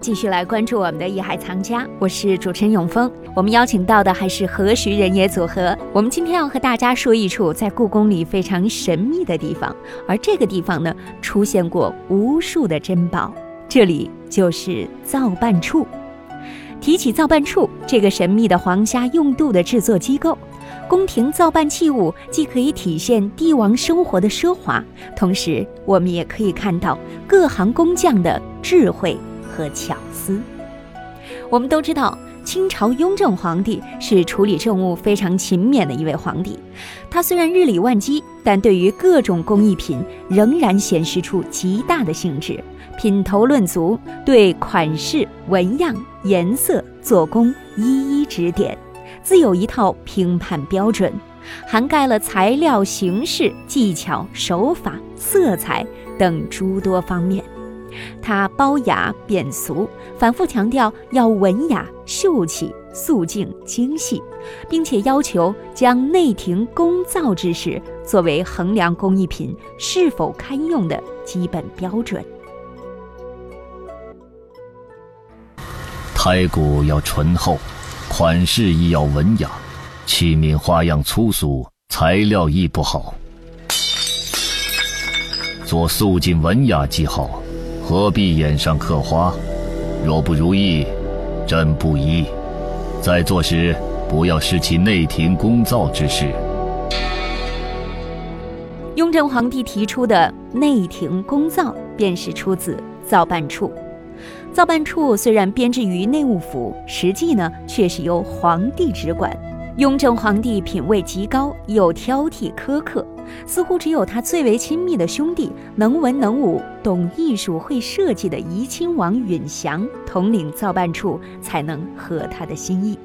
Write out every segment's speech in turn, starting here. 继续来关注我们的《艺海藏家》，我是主持人永峰。我们邀请到的还是何许人也组合。我们今天要和大家说一处在故宫里非常神秘的地方，而这个地方呢，出现过无数的珍宝。这里就是造办处。提起造办处这个神秘的皇家用度的制作机构，宫廷造办器物既可以体现帝王生活的奢华，同时我们也可以看到各行工匠的智慧和巧思。我们都知道，清朝雍正皇帝是处理政务非常勤勉的一位皇帝。他虽然日理万机，但对于各种工艺品仍然显示出极大的兴致，品头论足，对款式、纹样、颜色、做工一一指点，自有一套评判标准，涵盖了材料、形式、技巧、手法、色彩等诸多方面。他褒雅贬俗，反复强调要文雅、秀气、素净、精细，并且要求将内廷工造之事作为衡量工艺品是否堪用的基本标准。胎骨要醇厚，款式亦要文雅，器皿花样粗俗，材料亦不好。做素净文雅极好，何必眼上刻花？若不如意，朕不依。在做时，不要失其内廷工造之事。雍正皇帝提出的内廷公造，便是出自造办处。造办处虽然编制于内务府，实际呢却是由皇帝直管。雍正皇帝品位极高，又挑剔苛刻，似乎只有他最为亲密的兄弟能文能武、懂艺术、会设计的怡亲王允祥统领造办处，才能合他的心意。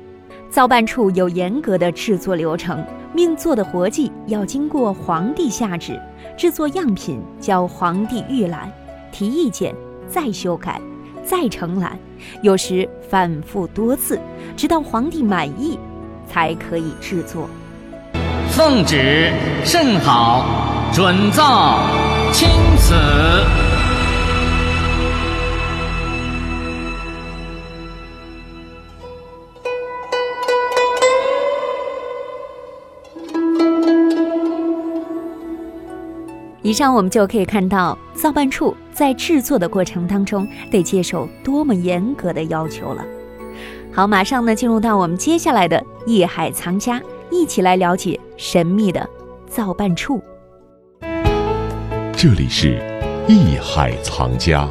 造办处有严格的制作流程，命做的活计要经过皇帝下旨，制作样品交皇帝预览，提意见，再修改，再承揽，有时反复多次，直到皇帝满意，才可以制作。奉旨甚好，准奏钦此。以上我们就可以看到，造办处在制作的过程当中得接受多么严格的要求了。好，马上呢进入到我们接下来的艺海藏家，一起来了解神秘的造办处。这里是艺海藏家。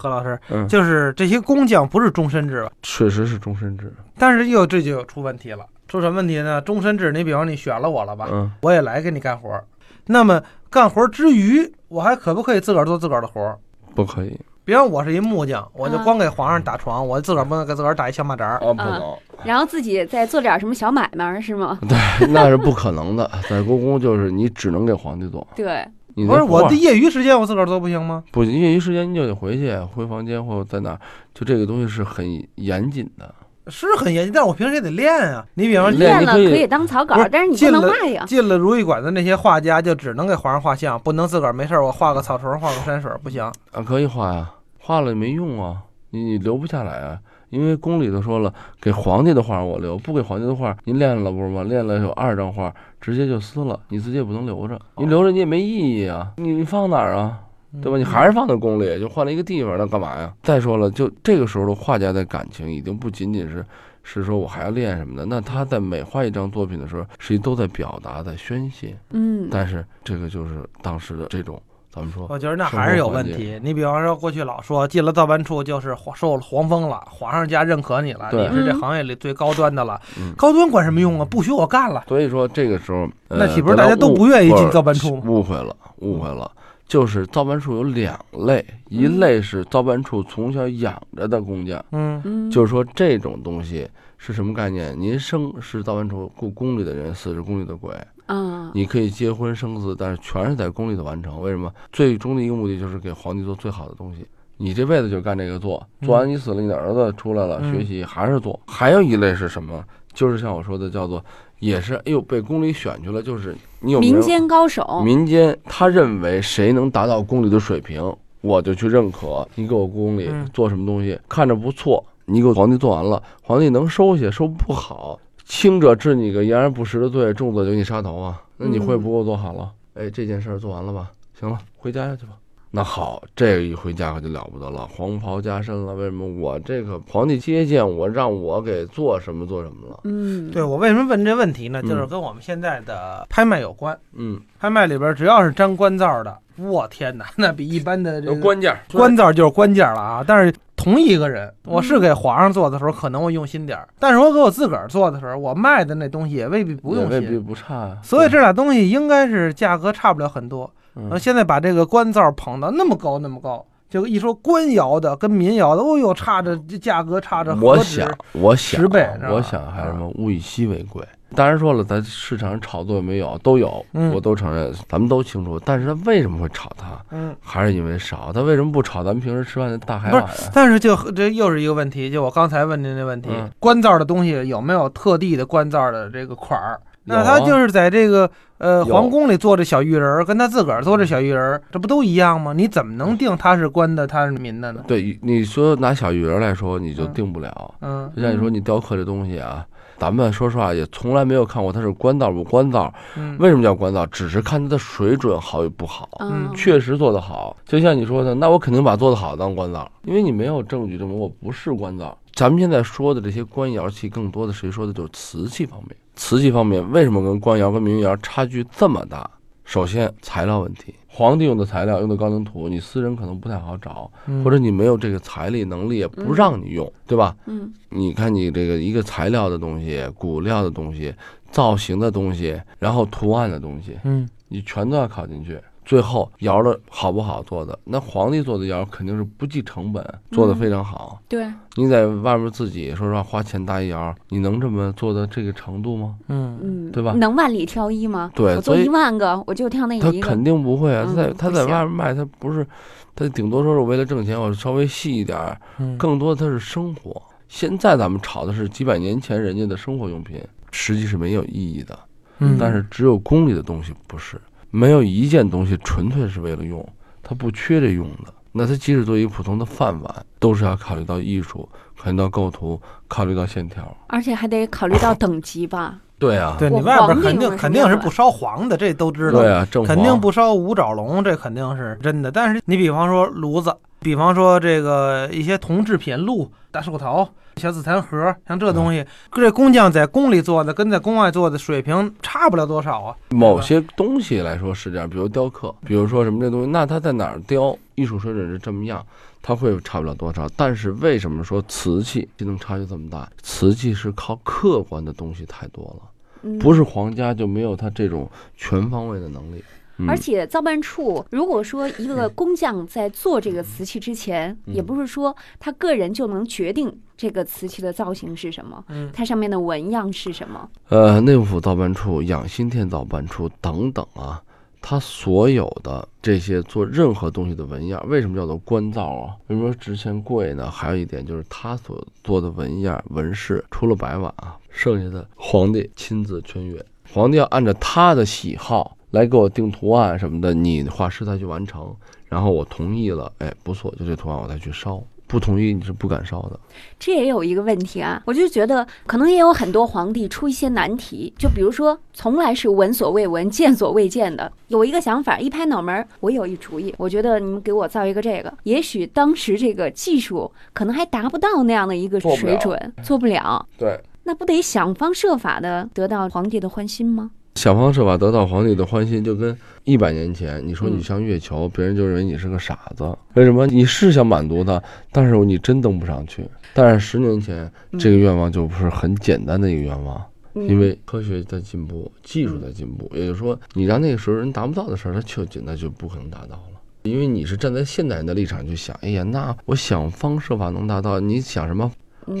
何老师，嗯，就是这些工匠不是终身制吧？确实是终身制。但是又这就出问题了，出什么问题呢？终身制，你比方你选了我了吧，嗯，我也来给你干活儿，那么干活儿之余，我还可不可以自个儿做自个儿的活儿？不可以别让我是一木匠，我就啊光给皇上打床，我自个儿不能给自个儿打一小马扎儿。啊，不啊能，然后自己再做点什么小买卖是吗？ 对，那是不可能的。在故宫就是你只能给皇帝做，对，你啊不是我的第业余时间，我自个儿做不行吗？不业余时间你就得回去回房间或者在哪儿，就这个东西是很严谨的。是很严谨，但是我平时也得练啊。你比方说练练你了可以可以当草稿不是，但是你进不能了卖呀。进了如意馆的那些画家，就只能给皇上画像，不能自个儿没事儿我画个草虫，画个山水儿不行。啊，可以画呀，画了也没用啊，你你留不下来啊，因嗯为宫里头说了，给皇帝的画我留，不给皇帝的画，您练了不是吗？练了有二张画，直接就撕了，你自己也不能留着，你留着你也没意义啊，你你放哪儿啊？对吧？你还是放在宫里，就换了一个地方，那干嘛呀？再说了，就这个时候的画家的感情已经不仅仅是是说我还要练什么的，那他在每画一张作品的时候，实际都在表达，在宣泄。嗯，但是这个就是当时的这种，咱们说我觉得那还是有哦问生活题。你比方说，过去老说进了造办处就是皇受了皇封了，皇上家认可你了，对你是这嗯行业里最高端的了。嗯高端管什么用啊？不许我干了，所以说这个时候，呃那岂不是大家都不愿意进造办处吗误会了，误会了，就是造办处有两类，一类是造办处从小养着的工匠，嗯，嗯就是说这种东西是什么概念？您生是造办处故宫里的人，死是宫里的鬼。啊，你可以结婚生子，但是全是在宫里头完成。为什么？最终的一个目的就是给皇帝做最好的东西。你这辈子就干这个做，嗯做完你死了，你的儿子出来了，嗯学习还是做。还有一类是什么？就是像我说的，叫做也是，哎呦，被宫里选去了，就是你有没有民间高手，民间他认为谁能达到宫里的水平，我就去认可。你给我宫里嗯做什么东西，看着不错，你给我皇帝做完了，皇帝能收下，收不好，轻者治你个严而不实的罪，重者就给你杀头啊。那你会不给我做好了？哎，这件事儿做完了吧？行了，回家去吧。那好，这一回家可就了不得了，黄袍加身了。为什么我这个皇帝接见我，让我给做什么做什么了？嗯，对我为什么问这问题呢？就是嗯跟我们现在的拍卖有关。嗯，拍卖里边只要是沾官字儿的，我天哪，那比一般的这有个关键儿，官字儿就是官件儿了啊。但是同一个人，我是嗯给皇上做的时候，可能我用心点儿，但是我给我自个儿做的时候，我卖的那东西也未必不也用未必心。不差啊。所以这俩东西应该是价格差不了很多。嗯然后现在把这个官字儿捧到那么高那么高，就一说官窑的跟民窑的，哦呦，差着这价格差着何我止想，我想，啊十倍是吧啊我想还是什么物以稀为贵。当然说了，咱市场上炒作有没有都有，嗯我都承认，咱们都清楚。但是它为什么会炒它，嗯。还是因为少。它为什么不炒咱们平时吃饭的大海碗啊？但是就这又是一个问题，就我刚才问您那问题，嗯官字儿的东西有没有特地的官字儿的这个款儿？有那啊他就是在这个呃有嗯皇宫里做这小玉人儿，跟他自个儿做这小玉人儿，这不都一样吗？你怎么能定他是官的，他是民的呢？对，你说拿小鱼儿来说，你就嗯定不了。嗯就像你说，你雕刻这东西啊，咱们说实话也从来没有看过它是官造不官造。嗯，为什么叫官造？只是看它的水准好与不好。嗯，嗯确实做得好，就像你说的，那我肯定把做得好当官造，因为你没有证据证明我不是官造。咱们现在说的这些官窑器，更多的谁说的就是瓷器方面。瓷器方面为什么跟官窑跟民窑差距这么大？首先材料问题，皇帝用的材料用的高能土，你私人可能不太好找，嗯或者你没有这个财力能力，也不让你用，对吧？嗯，你看你这个一个材料的东西、骨料的东西、造型的东西，然后图案的东西，嗯你全都要考进去。最后窑的好不好做的，那皇帝做的窑肯定是不计成本做嗯的非常好。对，你在外面自己说实话花钱搭一窑，你能这么做到这个程度吗？嗯嗯，对吧能万里挑一吗？对我做所以一万个，我就挑那他一个肯。定不会啊，他在嗯他不在行外面卖，他不是，他顶多说是为了挣钱，我稍微细一点儿，嗯，更多的它是生活。现在咱们炒的是几百年前人家的生活用品，实际是没有意义的。嗯但是只有宫里的东西不是，没有一件东西纯粹是为了用，它不缺这用的。那它即使做一个普通的饭碗，都是要考虑到艺术，考虑到构图，考虑到线条。而且还得考虑到等级吧。对啊，对你我外边皇帝肯用定的肯是定是面不烧黄的，这都知道。对啊，正肯黄定不烧五爪龙，这肯定是真的。但是你比方说炉子，比方说这个一些铜制品，鹿、大寿桃、小紫檀盒，像这东西，嗯这工匠在宫里做的跟在宫外做的水平差不了多少啊。某些东西来说是这样，比如雕刻，比如说什么这东西，那它在哪儿雕，艺术水准是这么样，它会差不了多少。但是为什么说瓷器就能差距这么大？瓷器是靠客观的东西太多了，嗯不是皇家就没有它这种全方位的能力。嗯而且造办处，如果说一个工匠在做这个瓷器之前，也嗯不是说他个人就能决定这个瓷器的造型是什么，嗯它上面的纹样是什么。呃，内务府造办处、养心殿造办处等等啊，它所有的这些做任何东西的纹样，为什么叫做官造啊？为什么值钱贵呢？还有一点就是它所做的纹样、纹饰，除了白碗啊，剩下的皇帝亲自圈阅，皇帝要按照他的喜好来给我定图案什么的，你画师再去完成，然后我同意了，哎，不错，就这图案我再去烧，不同意你是不敢烧的。这也有一个问题啊，我就觉得可能也有很多皇帝出一些难题，就比如说从来是闻所未闻、见所未见的，有一个想法，一拍脑门儿，我有一主意，我觉得你们给我造一个这个。也许当时这个技术可能还达不到那样的一个做不了水准，做不了，对，那不得想方设法的得到皇帝的欢心吗？想方设法得到皇帝的欢心，就跟一百年前你说你嗯上月球，别人就认为你是个傻子。为什么？你是想满足他，但是你真登不上去。但是十年前，这个愿望就不是很简单的一个愿望，嗯因为科学在进步，技术在进步，也就是说，你让那个时候人达不到的事儿，他就简单就不可能达到了。因为你是站在现代人的立场去想，哎呀，那我想方设法能达到。你想什么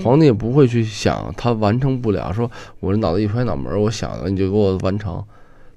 皇帝也不会去想他完成不了，说我这脑子一拍脑门儿，我想了你就给我完成，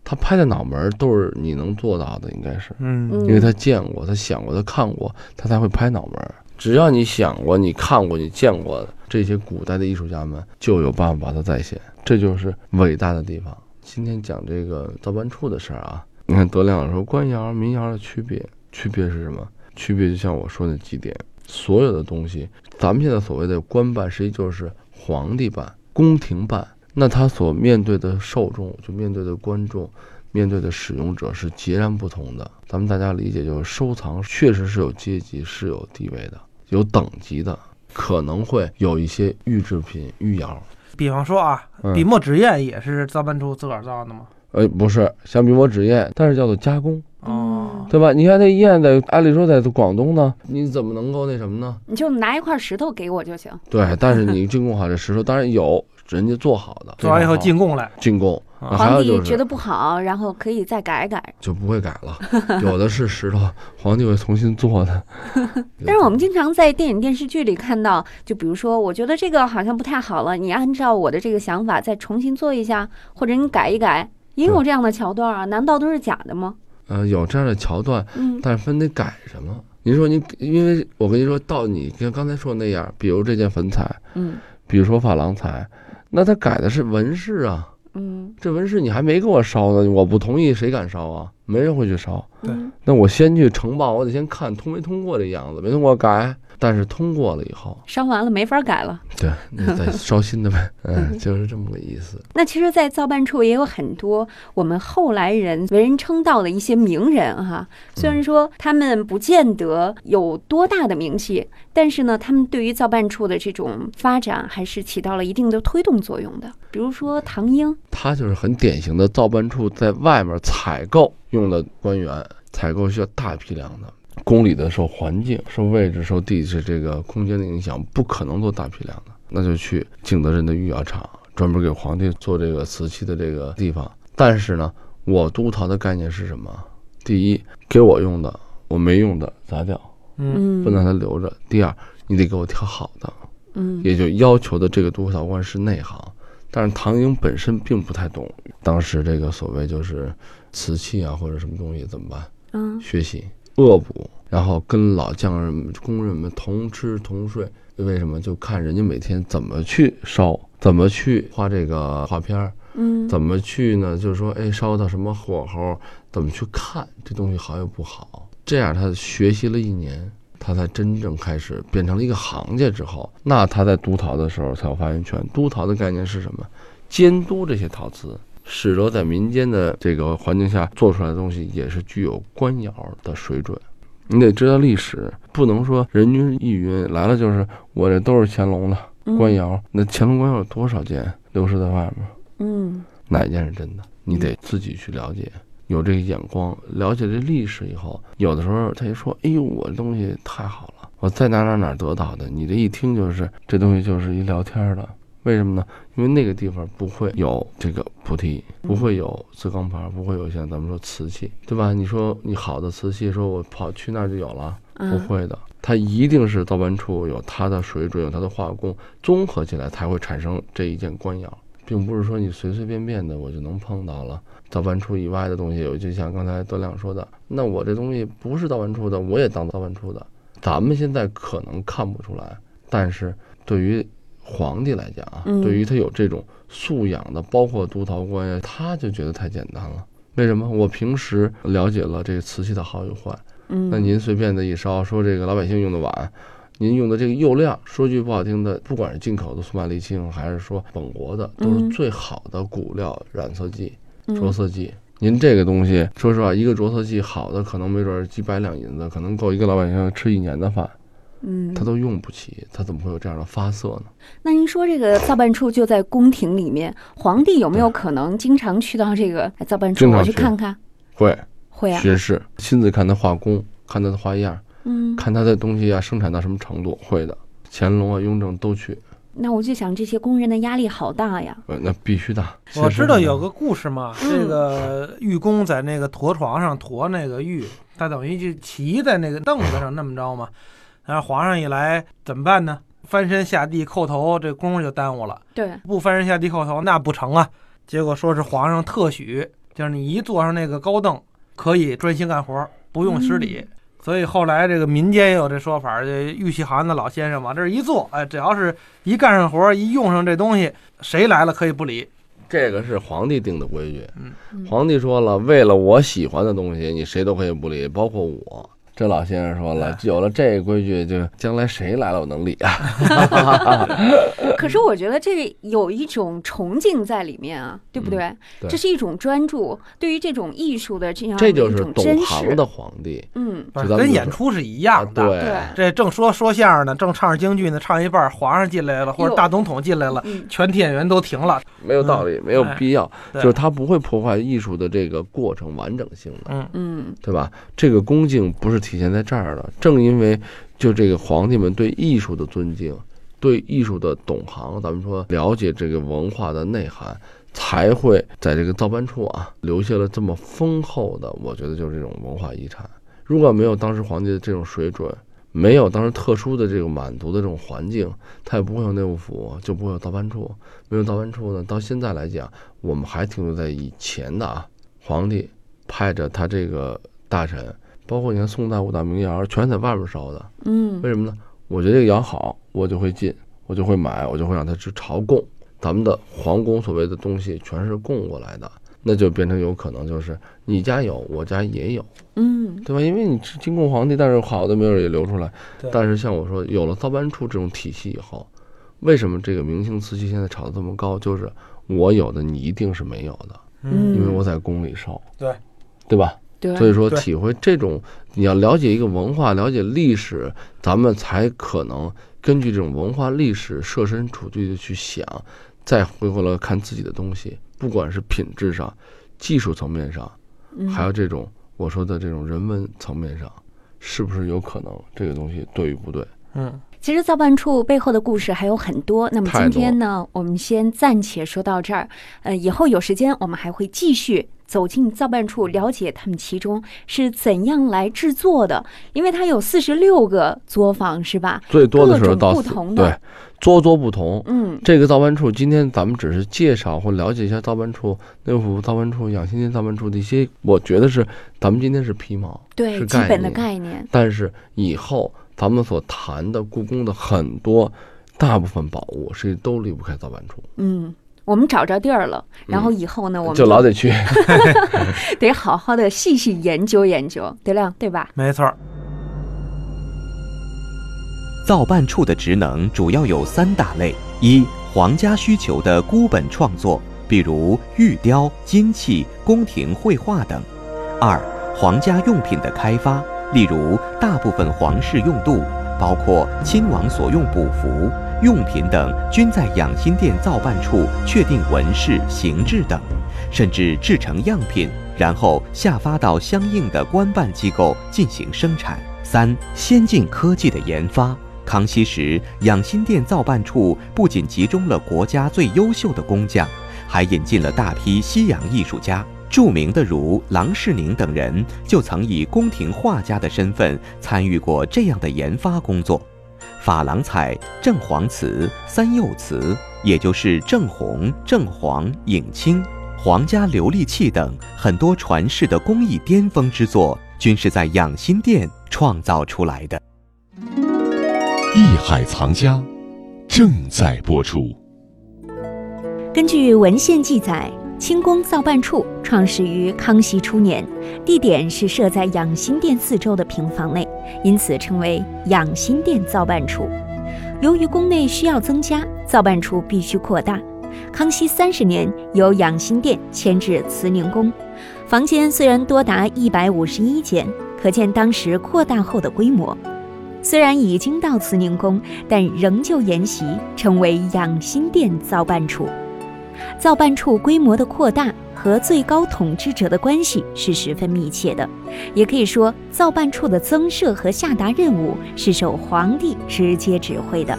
他拍的脑门儿都是你能做到的，应该是，嗯，嗯因为他见过，他想过，他看过，他才会拍脑门儿。只要你想过、你看过、你见过的这些古代的艺术家们，就有办法把它再现，这就是伟大的地方。今天讲这个造办处的事儿啊，你看德亮说官窑、民窑的区别，区别是什么？区别就像我说的几点，所有的东西，咱们现在所谓的官办，实际就是皇帝办、宫廷办，那他所面对的受众，就面对的观众，面对的使用者是截然不同的。咱们大家理解就是，收藏确实是有阶级、是有地位的，有等级的，可能会有一些玉制品、御窑。比方说啊，嗯笔墨纸砚也是造办处自个儿造的嘛。呃，不是像笔墨纸砚，但是叫做加工，哦，对吧？你看那砚在，按理说在广东呢，你怎么能够那什么呢？你就拿一块石头给我就行。对，但是你进贡好这石头，当然有人家做好的，做完以后非常好进贡来，进贡，啊那还皇有帝就是觉得不好，然后可以再改一改。就不会改了。有的是石头，皇帝会重新做的。 但是我们经常在电影电视剧里看到，就比如说，我觉得这个好像不太好了，你按照我的这个想法再重新做一下，或者你改一改，也有这样的桥段啊？难道都是假的吗？呃，有这样的桥段，嗯但是分得改什么？您说您，因为我跟您说到你跟刚才说的那样，比如这件粉彩，嗯比如说珐琅彩，那他改的是纹饰啊，嗯这纹饰你还没给我烧呢，我不同意，谁敢烧啊？没人会去烧。对嗯那我先去呈报，我得先看通没通过这样子，没通过改。但是通过了以后，烧完了没法改了。对，那再烧新的呗， 嗯，就是这么个意思。那其实，在造办处也有很多我们后来人为人称道的一些名人哈、虽然说他们不见得有多大的名气，但是呢，他们对于造办处的这种发展还是起到了一定的推动作用的。比如说唐英，他就是很典型的造办处在外面采购用的官员，采购需要大批量的。宫里的受环境、受位置、受地势这个空间的影响，不可能做大批量的，那就去景德镇的御窑厂，专门给皇帝做这个瓷器的这个地方。但是呢，我督陶的概念是什么？第一，给我用的，我没用的砸掉，嗯，嗯不能让它留着；第二，你得给我挑好的，嗯也就要求的这个督导官是内行，但是唐英本身并不太懂当时这个所谓就是瓷器啊或者什么东西怎么办，嗯学习恶补，然后跟老匠人们、工人们同吃同睡。为什么？就看人家每天怎么去烧，怎么去画这个画片儿，嗯怎么去呢？就是说，哎，烧到什么火候，怎么去看这东西好与不好？这样他学习了一年，他才真正开始变成了一个行家之后，那他在督陶的时候才有发言权。督陶的概念是什么？监督这些陶瓷，使得在民间的这个环境下做出来的东西也是具有官窑的水准。你得知道历史，不能说人云亦云，来了就是我这都是乾隆的官窑。那乾隆官窑有多少件流失在外面？嗯哪一件是真的，你得自己去了解，有这个眼光，了解这历史以后，有的时候他一说，哎呦，我这东西太好了，我在哪哪哪得到的，你这一听就是这东西就是一聊天的。为什么呢？因为那个地方不会有这个菩提，不会有自钢牌，不会有像咱们说瓷器，对吧？你说你好的瓷器，说我跑去那儿就有了，不嗯会的，它一定是造办处有它的水准，有它的化工，综合起来才会产生这一件官窑，并不是说你随随便便的我就能碰到了。造办处以外的东西，有就像刚才德亮说的，那我这东西不是造办处的，我也当造办处的。咱们现在可能看不出来，但是对于皇帝来讲啊，嗯对于他有这种素养的，包括督陶官呀，他就觉得太简单了。为什么？我平时了解了这个瓷器的好与坏，嗯，那您随便的一烧，说这个老百姓用的碗，您用的这个釉料，说句不好听的，不管是进口的苏马利青，还是说本国的，都是嗯最好的骨料染色剂、着嗯色剂。您这个东西，说实话，一个着色剂好的，可能没准儿几百两银子，可能够一个老百姓吃一年的饭，嗯他，都用不起，他怎么会有这样的发色呢？那您说这个造办处就在宫廷里面，皇帝有没有可能经常去到这个哎造办处？经常我去去 看看，会会啊，学士亲自看他画工，看他的花样，嗯，看他的东西啊生产到什么程度，会的。乾隆啊、雍正都去，那我就想这些工人的压力好大呀，呃那必须的。我确实知道是有个故事嘛，这个玉工在那个驼床上驮那个玉，他等于就骑在那个凳子上那么着嘛，然后皇上一来怎么办呢？翻身下地叩头，这功夫就耽误了。对，不翻身下地叩头那不成啊！结果说是皇上特许就是你一坐上那个高凳，可以专心干活儿，不用施礼。所以后来这个民间也有这说法儿，这玉器行的老先生往这儿一坐，哎，只要是一干上活儿，一用上这东西，谁来了可以不理。这个是皇帝定的规矩。嗯嗯皇帝说了，为了我喜欢的东西，你谁都可以不理，包括我。这老先生说了哎，有了这个规矩，就将来谁来了我能理啊？可是我觉得这有一种崇敬在里面啊，对不对？对这是一种专注，对于这种艺术的这样这的就一是种懂珍视行。的皇帝嗯，就咱们跟就演说出是一啊样的。对对，这正说说相声呢，正唱着京剧呢，唱一半儿，皇上进来了，或者哟大总统进来了，嗯，全体演员都停了。没有道理，没有必要，哎对就是他不会破坏艺术的这个过程完整性的，嗯，嗯，对吧？这个恭敬不是体现在这儿的，正因为就这个皇帝们对艺术的尊敬，对艺术的懂行，咱们说了解这个文化的内涵，才会在这个造办处啊留下了这么丰厚的，我觉得就是这种文化遗产。如果没有当时皇帝的这种水准，没有当时特殊的这种满族的这种环境，他也不会有内务府，就不会有造办处。没有造办处呢，到现在来讲，我们还停留在以前的啊，皇帝派着他这个大臣，包括你看宋代五大名窑，全在外边烧的。嗯，为什么呢？我觉得这个窑好，我就会进，我就会买，我就会让它去朝贡。咱们的皇宫所谓的东西全是供过来的，那就变成有可能就是你家有，我家也有，嗯，对吧？因为你是金贡皇帝，但是好的没有也流出来对。但是像我说，有了造办处这种体系以后，为什么这个明清瓷器现在炒得这么高？就是我有的你一定是没有的，嗯因为我在宫里烧，对对吧？对，所以说，对体会这种，你要了解一个文化，了解历史，咱们才可能根据这种文化历史设身处地的去想，再回过来看自己的东西，不管是品质上、技术层面上，嗯还有这种我说的这种人文层面上，是不是有可能这个东西对与不对？嗯，其实造办处背后的故事还有很多。那么太多今天呢，我们先暂且说到这儿。呃，以后有时间我们还会继续走进造办处，了解他们其中是怎样来制作的，因为它有四十六个作坊，是吧？最多的各时候种到不四同的对，多多不同，嗯这个造办处，今天咱们只是介绍或了解一下造办处、内务府造办处、养心殿造办处的一些，我觉得是咱们今天是皮毛，，对，是基概本的念概念。但是以后咱们所谈的故宫的很多大部分宝物，是都离不开造办处，嗯，我们找着地儿了，然后以后呢，我们嗯就老得去。得好好的细细研究研究，德亮，对吧？没错儿。造办处的职能主要有三大类：一、皇家需求的孤本创作，比如玉雕、金器、宫廷绘画等；二、皇家用品的开发，例如大部分皇室用度，包括亲王所用补服、用品等，均在养心殿造办处确定纹饰、形制等，甚至制成样品，然后下发到相应的官办机构进行生产。三、先进科技的研发。康熙时，养心殿造办处不仅集中了国家最优秀的工匠，还引进了大批西洋艺术家。著名的如郎世宁等人，就曾以宫廷画家的身份参与过这样的研发工作。珐琅彩、正黄瓷、三釉瓷，也就是正红、正黄、影青、皇家琉璃器等很多传世的工艺巅峰之作，均是在养心殿创造出来的。艺海藏家正在播出。根据文献记载，清宫造办处创始于康熙初年，地点是设在养心殿四周的平房内，因此称为养心殿造办处。由于宫内需要增加，造办处必须扩大。康熙三十年，由养心殿迁至慈宁宫，房间虽然多达一百五十一间，可见当时扩大后的规模。虽然已经到慈宁宫，但仍旧沿袭成为养心殿造办处。造办处规模的扩大和最高统治者的关系是十分密切的，也可以说，造办处的增设和下达任务是受皇帝直接指挥的。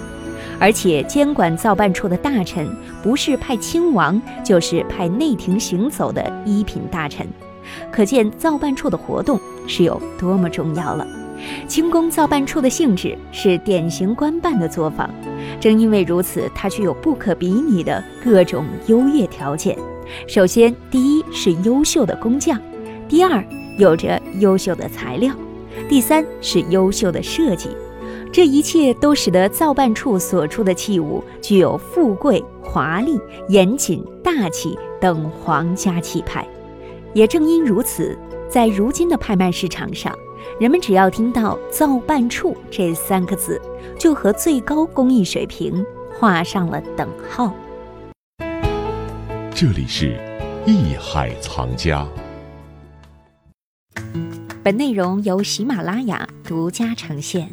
而且，监管造办处的大臣不是派亲王，就是派内廷行走的一品大臣，可见造办处的活动是有多么重要了。清宫造办处的性质是典型官办的作坊，正因为如此，它具有不可比拟的各种优越条件，首先，第一是优秀的工匠，第二有着优秀的材料，第三是优秀的设计。这一切都使得造办处所出的器物具有富贵、华丽、严谨、大气等皇家气派。也正因如此，在如今的拍卖市场上，人们只要听到“造办处”这三个字，就和最高工艺水平画上了等号。这里是艺海藏家。本内容由喜马拉雅独家呈现。